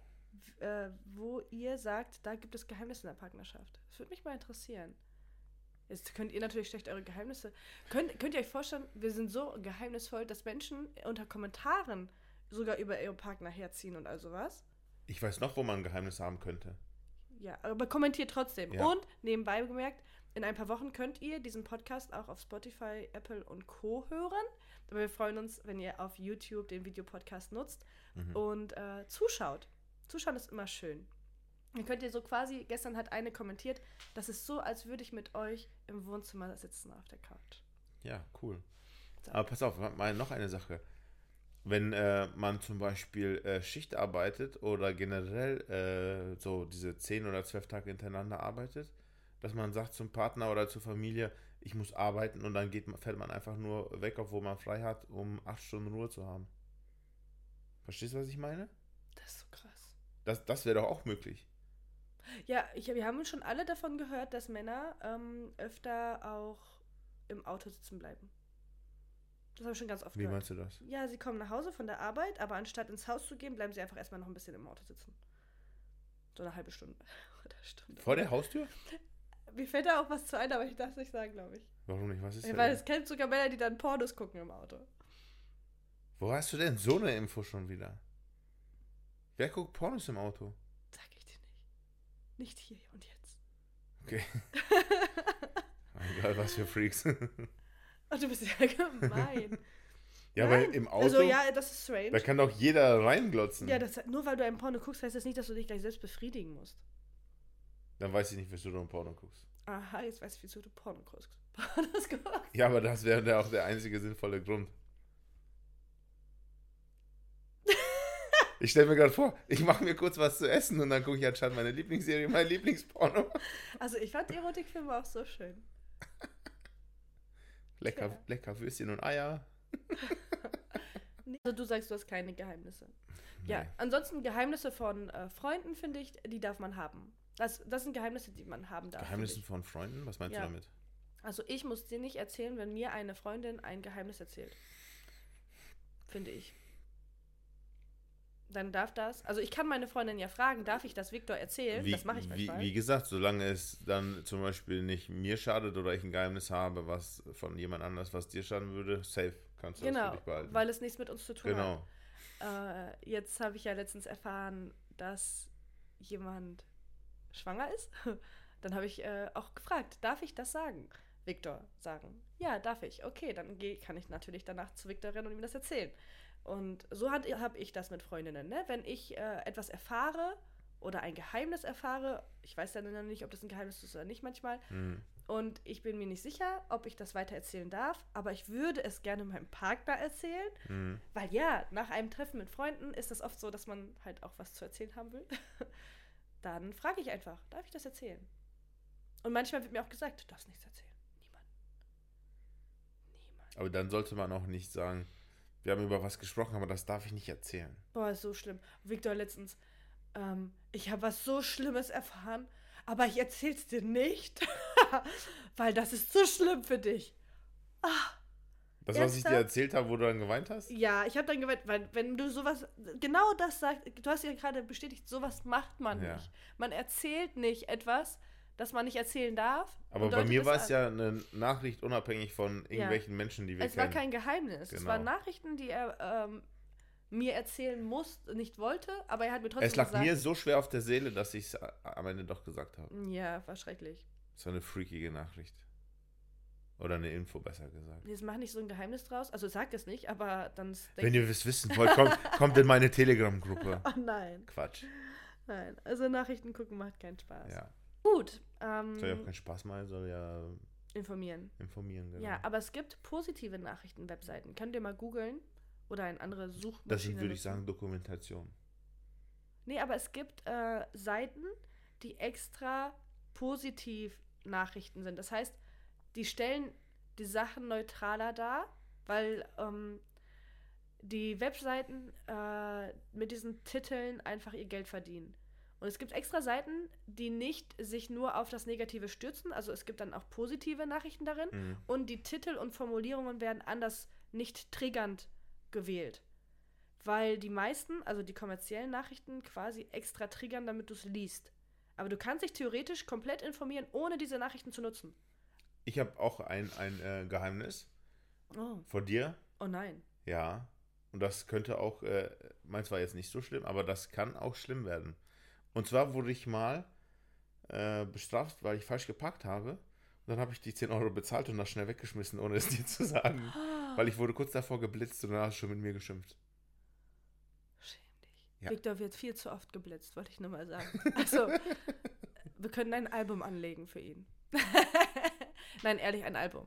äh, wo ihr sagt, da gibt es Geheimnisse in der Partnerschaft. Das würde mich mal interessieren. Jetzt könnt ihr natürlich schlecht eure Geheimnisse. Könnt, könnt ihr euch vorstellen, wir sind so geheimnisvoll, dass Menschen unter Kommentaren sogar über ihre Partner herziehen und all sowas?
Ich weiß noch, wo man ein Geheimnis haben könnte.
Ja, aber kommentiert trotzdem.
Ja.
Und nebenbei bemerkt, in ein paar Wochen könnt ihr diesen Podcast auch auf Spotify, Apple und Co. hören. Aber wir freuen uns, wenn ihr auf YouTube den Videopodcast nutzt
Mhm.
und äh, zuschaut. Zuschauen ist immer schön. Dann könnt ihr so quasi, gestern hat eine kommentiert, das ist so, als würde ich mit euch im Wohnzimmer sitzen auf der Couch.
Ja, cool.
So.
Aber pass auf, mal noch eine Sache. Wenn äh, man zum Beispiel äh, Schicht arbeitet oder generell äh, so diese 10 oder 12 Tage hintereinander arbeitet, dass man sagt zum Partner oder zur Familie, ich muss arbeiten und dann geht, man- fährt man einfach nur weg, obwohl man frei hat, um 8 Stunden Ruhe zu haben. Verstehst du, was ich meine?
Das ist so krass.
Das, das wäre doch auch möglich.
Ja, ich, wir haben schon alle davon gehört, dass Männer ähm, öfter auch im Auto sitzen bleiben. Das habe ich schon ganz oft
Wie
gehört.
meinst du das?
Ja, sie kommen nach Hause von der Arbeit, aber anstatt ins Haus zu gehen, bleiben sie einfach erstmal noch ein bisschen im Auto sitzen. So eine halbe Stunde oder Stunde.
Vor der Haustür?
Mir fällt da auch was zu ein, aber ich darf es nicht sagen, glaube ich.
Warum nicht? Was ist
Weil
denn?
es kennt sogar Männer, die dann Pornos gucken im Auto.
Wo hast du denn so eine Info schon wieder? Wer guckt Pornos im Auto?
Sag ich dir nicht. Nicht hier und jetzt.
Okay. Egal, was für Freaks.
Oh, du bist ja gemein.
ja,
Nein.
weil im Auto,
Also ja, das ist strange.
da kann doch jeder reinglotzen.
Ja, das, nur weil du einen Porno guckst, heißt das nicht, dass du dich gleich selbst befriedigen musst.
Dann weiß ich nicht, wieso du ein Porno guckst.
Aha, jetzt weißt du, wieso du Porno guckst. Pornos guckst.
Ja, aber das wäre ja auch der einzige sinnvolle Grund. Ich stelle mir gerade vor, ich mache mir kurz was zu essen und dann gucke ich anscheinend meine Lieblingsserie, mein Lieblingsporno.
Also ich fand die Erotikfilme auch so schön.
Lecker,
Tja.
lecker Würstchen und Eier.
Also du sagst, du hast keine Geheimnisse. Ja,
Nee.
ansonsten Geheimnisse von äh, Freunden, finde ich, die darf man haben. Das, das sind Geheimnisse, die man haben darf. finde
Geheimnissen von Freunden? Was meinst
Ja.
du damit?
ich. Also ich muss dir nicht erzählen, wenn mir eine Freundin ein Geheimnis erzählt. Finde ich. Dann darf das. Also ich kann meine Freundin ja fragen, darf ich das Viktor erzählen?
Wie,
das mache ich
wie,
manchmal.
wie gesagt, solange es dann zum Beispiel nicht mir schadet oder ich ein Geheimnis habe, was von jemand anders, was dir schaden würde, safe kannst du das
Genau,
für dich behalten.
weil es nichts mit uns zu tun hat.
genau.
Äh, jetzt habe ich ja letztens erfahren, dass jemand schwanger ist. Dann habe ich äh, auch gefragt, darf ich das sagen? Viktor sagen. Ja, darf ich. Okay, dann geh, kann ich natürlich danach zu Viktor rennen und ihm das erzählen. Und so habe ich das mit Freundinnen. Ne? Wenn ich äh, etwas erfahre oder ein Geheimnis erfahre, ich weiß dann noch nicht, ob das ein Geheimnis ist oder nicht manchmal,
Hm.
und ich bin mir nicht sicher, ob ich das weiter erzählen darf, aber ich würde es gerne meinem Partner erzählen.
Hm.
Weil ja, nach einem Treffen mit Freunden ist das oft so, dass man halt auch was zu erzählen haben will. Dann frage ich einfach, darf ich das erzählen? Und manchmal wird mir auch gesagt, du darfst nichts erzählen. Niemand. Niemand.
Aber dann sollte man auch nicht sagen, wir haben über was gesprochen, aber das darf ich nicht erzählen.
Boah, ist so schlimm. Victor letztens, ähm, ich habe was so Schlimmes erfahren, aber ich erzähl's dir nicht, weil das ist zu schlimm für dich.
Das, was ich dir
Ernsthaft?
erzählt habe, wo du dann geweint hast?
Ja, ich habe dann gemeint, weil wenn du sowas, genau das sagst, du hast ja gerade bestätigt, sowas macht man
Ja.
nicht. Man erzählt nicht etwas, das man nicht erzählen darf.
Aber
und
bei
deutet
mir
es
war es
an.
ja eine Nachricht unabhängig von irgendwelchen Menschen, die wir
Es war kein
kennen.
Geheimnis. Es
Genau.
waren Nachrichten, die er ähm, mir erzählen musste, nicht wollte, aber er hat mir trotzdem
es lag
gesagt.
mir so schwer auf der Seele, dass ich es am Ende doch gesagt habe.
ja, war schrecklich.
Es war eine freakige Nachricht. Oder eine Info, besser gesagt.
Jetzt mach nicht so ein Geheimnis draus. Also sag es nicht, aber dann s- denk-
Wenn ihr es wissen wollt, kommt, kommt in meine Telegram-Gruppe.
Oh nein,
Quatsch.
nein. Also Nachrichten gucken macht keinen Spaß.
Ja.
Gut.
Soll ja auch
Ähm,
keinen Spaß machen, soll ja
informieren.
informieren. Genau.
Ja, aber es gibt positive Nachrichten-Webseiten. Könnt ihr mal googeln oder eine andere Suchmaschine.
das sind, würde ich
nutzen.
sagen, Dokumentation.
Nee, aber es gibt äh, Seiten, die extra positiv Nachrichten sind. Das heißt, die stellen die Sachen neutraler dar, weil ähm, die Webseiten äh, mit diesen Titeln einfach ihr Geld verdienen. Und es gibt extra Seiten, die nicht sich nur auf das Negative stürzen. Also es gibt dann auch positive Nachrichten darin.
Mhm.
und die Titel und Formulierungen werden anders nicht triggernd gewählt. Weil die meisten, also die kommerziellen Nachrichten, quasi extra triggern, damit du es liest. Aber du kannst dich theoretisch komplett informieren, ohne diese Nachrichten zu nutzen.
Ich habe auch ein, ein äh, Geheimnis
Oh,
vor dir.
oh nein.
Ja. Und das könnte auch, äh, meins war jetzt nicht so schlimm, aber das kann auch schlimm werden. Und zwar wurde ich mal äh, bestraft, weil ich falsch geparkt habe. Und dann habe ich die 10 Euro bezahlt und das schnell weggeschmissen, ohne es dir zu sagen.
Ah.
Weil ich wurde kurz davor geblitzt und danach schon mit mir geschimpft.
Schäm dich.
Ja.
Victor wird viel zu oft geblitzt, wollte ich nur mal sagen. Also, wir können ein Album anlegen für ihn. Nein, ehrlich, ein Album.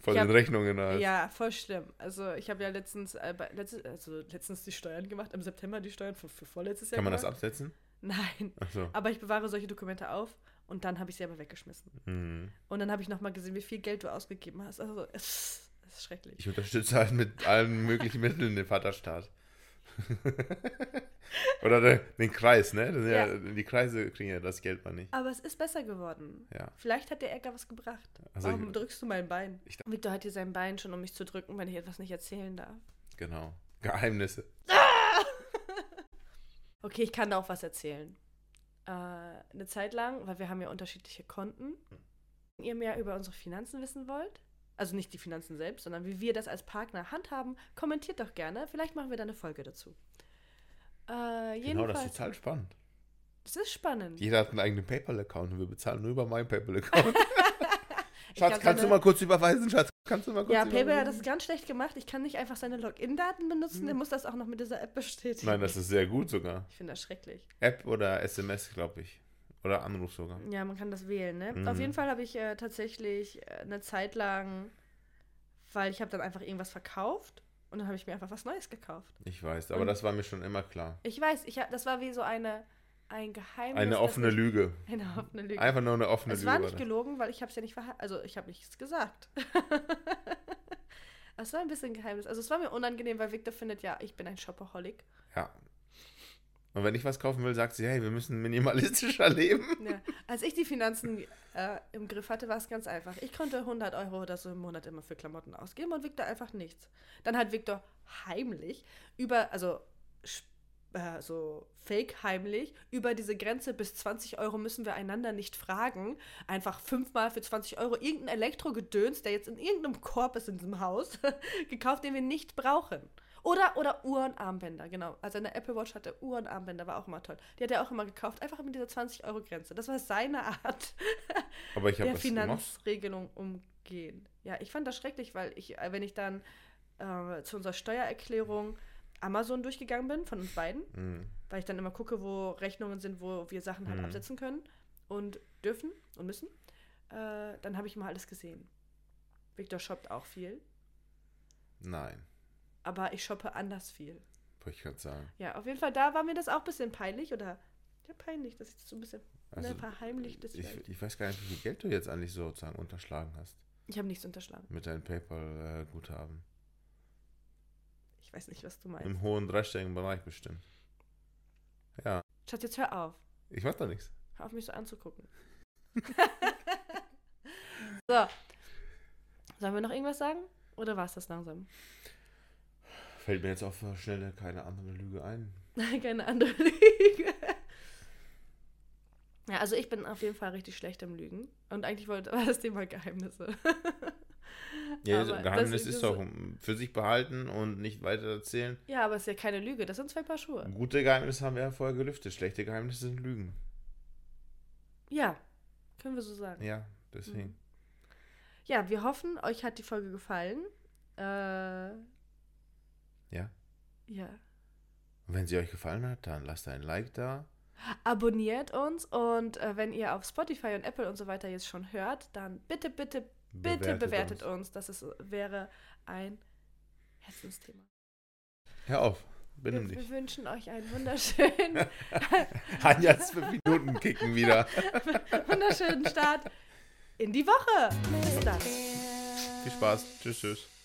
Von
Ich
den
hab-
Rechnungen halt.
Ja, voll schlimm. Also, ich habe ja letztens, äh, bei- letzte- also letztens die Steuern gemacht, im September die Steuern für, für vorletztes Jahr.
Kann man das
gemacht.
absetzen?
Nein.
Achso.
Aber ich bewahre solche Dokumente auf und dann habe ich sie aber weggeschmissen.
Mhm.
Und dann habe ich nochmal gesehen, wie viel Geld du ausgegeben hast. Also, es ist schrecklich.
Ich unterstütze halt mit allen möglichen Mitteln den Vaterstaat. Oder den, den Kreis, ne? Das sind ja. die Kreise kriegen ja das Geld mal nicht.
Aber es ist besser geworden.
Ja.
Vielleicht hat der Ärger was gebracht.
Also
Warum
ich-
drückst du mein Bein?
Ich
Victor hat dir sein Bein schon, um mich zu drücken, wenn ich etwas nicht erzählen darf.
Genau. Geheimnisse.
Okay, ich kann da auch was erzählen. Äh, eine Zeit lang, weil wir haben ja unterschiedliche Konten.
Hm.
Wenn ihr mehr über unsere Finanzen wissen wollt, also nicht die Finanzen selbst, sondern wie wir das als Partner handhaben, kommentiert doch gerne. Vielleicht machen wir da eine Folge dazu. Äh,
Genau, das
jedenfalls,
ist total spannend.
das ist spannend.
Jeder hat einen eigenen PayPal-Account und wir bezahlen nur über meinen PayPal-Account.
Ich
Schatz,
glaub,
kannst du
seine-
mal kurz überweisen, Schatz? Kannst du mal kurz
Ja,
überweisen?
PayPal hat das ganz schlecht gemacht. Ich kann nicht einfach seine Login-Daten benutzen. Er muss das auch noch mit dieser App bestätigen.
Hm. Nein, das ist sehr gut sogar.
ich finde das schrecklich.
App oder SMS, glaube ich. Oder Anruf sogar.
Ja, man kann das wählen, ne?
Mhm.
Auf jeden Fall habe ich äh, tatsächlich äh, eine Zeit lang, weil ich habe dann einfach irgendwas verkauft und dann habe ich mir einfach was Neues gekauft.
Ich weiß, aber
Und-
das war mir schon immer klar.
Ich weiß, ich hab, das war wie so eine ein Geheimnis.
Eine
das
offene
nicht-
Lüge.
Eine offene Lüge.
Einfach nur eine offene
es
Lüge.
war
war
nicht
das.
gelogen, weil ich habe es ja nicht verha also ich habe nichts gesagt. Es war ein bisschen Geheimnis. Also es war mir unangenehm, weil Victor findet ja, ich bin ein Shopaholic.
Ja. Und wenn ich was kaufen will, sagt sie, hey, wir müssen minimalistischer leben.
Ja. Ne, Als ich die Finanzen äh, im Griff hatte, war es ganz einfach. Ich konnte 100 Euro oder so im Monat immer für Klamotten ausgeben und Victor einfach nichts. Dann hat Victor heimlich über, also sch- äh, so fake heimlich, über diese Grenze bis 20 Euro müssen wir einander nicht fragen, einfach fünfmal für 20 Euro irgendein Elektrogedöns, der jetzt in irgendeinem Korb ist in diesem Haus, gekauft, den wir nicht brauchen. Oder, oder Uhrenarmbänder, genau. Also eine Apple Watch hatte Uhrenarmbänder, war auch immer toll. Die hat er auch immer gekauft, einfach mit dieser 20-Euro-Grenze. Das war seine Art,
Aber ich habe
der
das gemacht.
Finanzregelung umgehen. Ja, ich fand das schrecklich, weil ich, äh, wenn ich dann äh, zu unserer Steuererklärung Amazon durchgegangen bin, von uns beiden,
Mhm.
weil ich dann immer gucke, wo Rechnungen sind, wo wir Sachen halt
Mhm.
absetzen können und dürfen und müssen, äh, dann habe ich immer alles gesehen. Victor shoppt auch viel,
Nein,
aber ich shoppe anders viel.
wollte ich gerade sagen.
Ja, auf jeden Fall, da war mir das auch ein bisschen peinlich oder ja, peinlich, dass ich das so ein bisschen
Also,
ne, verheimlicht ist. vielleicht.
ich, ich weiß gar nicht, wie viel Geld du jetzt eigentlich sozusagen unterschlagen hast
Ich habe nichts unterschlagen.
mit deinem PayPal-Guthaben.
Ich weiß nicht, was du meinst.
Im hohen dreistelligen Bereich bestimmt. Ja,
Schatz, jetzt hör auf.
ich mach da nichts.
Hör auf, mich so anzugucken. so. Sollen wir noch irgendwas sagen? Oder war es das langsam?
Fällt mir jetzt auf der Schnelle keine andere Lüge ein.
Keine andere Lüge. Ja, also ich bin auf jeden Fall richtig schlecht im Lügen. Und eigentlich wollte war das Thema Geheimnisse.
Ja,
Aber
so ein Geheimnis
das-
ist
das-
doch um für sich behalten und nicht weiter erzählen.
Ja, aber es ist ja keine Lüge. Das sind zwei Paar Schuhe.
Gute Geheimnisse haben wir ja vorher gelüftet. Schlechte Geheimnisse sind Lügen.
Ja, können wir so sagen.
Ja, deswegen.
Ja, wir hoffen, euch hat die Folge gefallen. Äh,
Ja.
ja.
Und wenn sie euch gefallen hat, dann lasst ein Like da.
Abonniert uns und äh, wenn ihr auf Spotify und Apple und so weiter jetzt schon hört, dann bitte, bitte, bitte bewertet, uns. Das ist, wäre ein Herzensthema.
Hör auf,
Wir,
benimm
wir
dich.
wünschen euch einen wunderschönen,
Hanjas 5 Minuten kicken wieder.
wunderschönen Start in die Woche. Bis dann.
Viel Spaß. Tschüss, tschüss.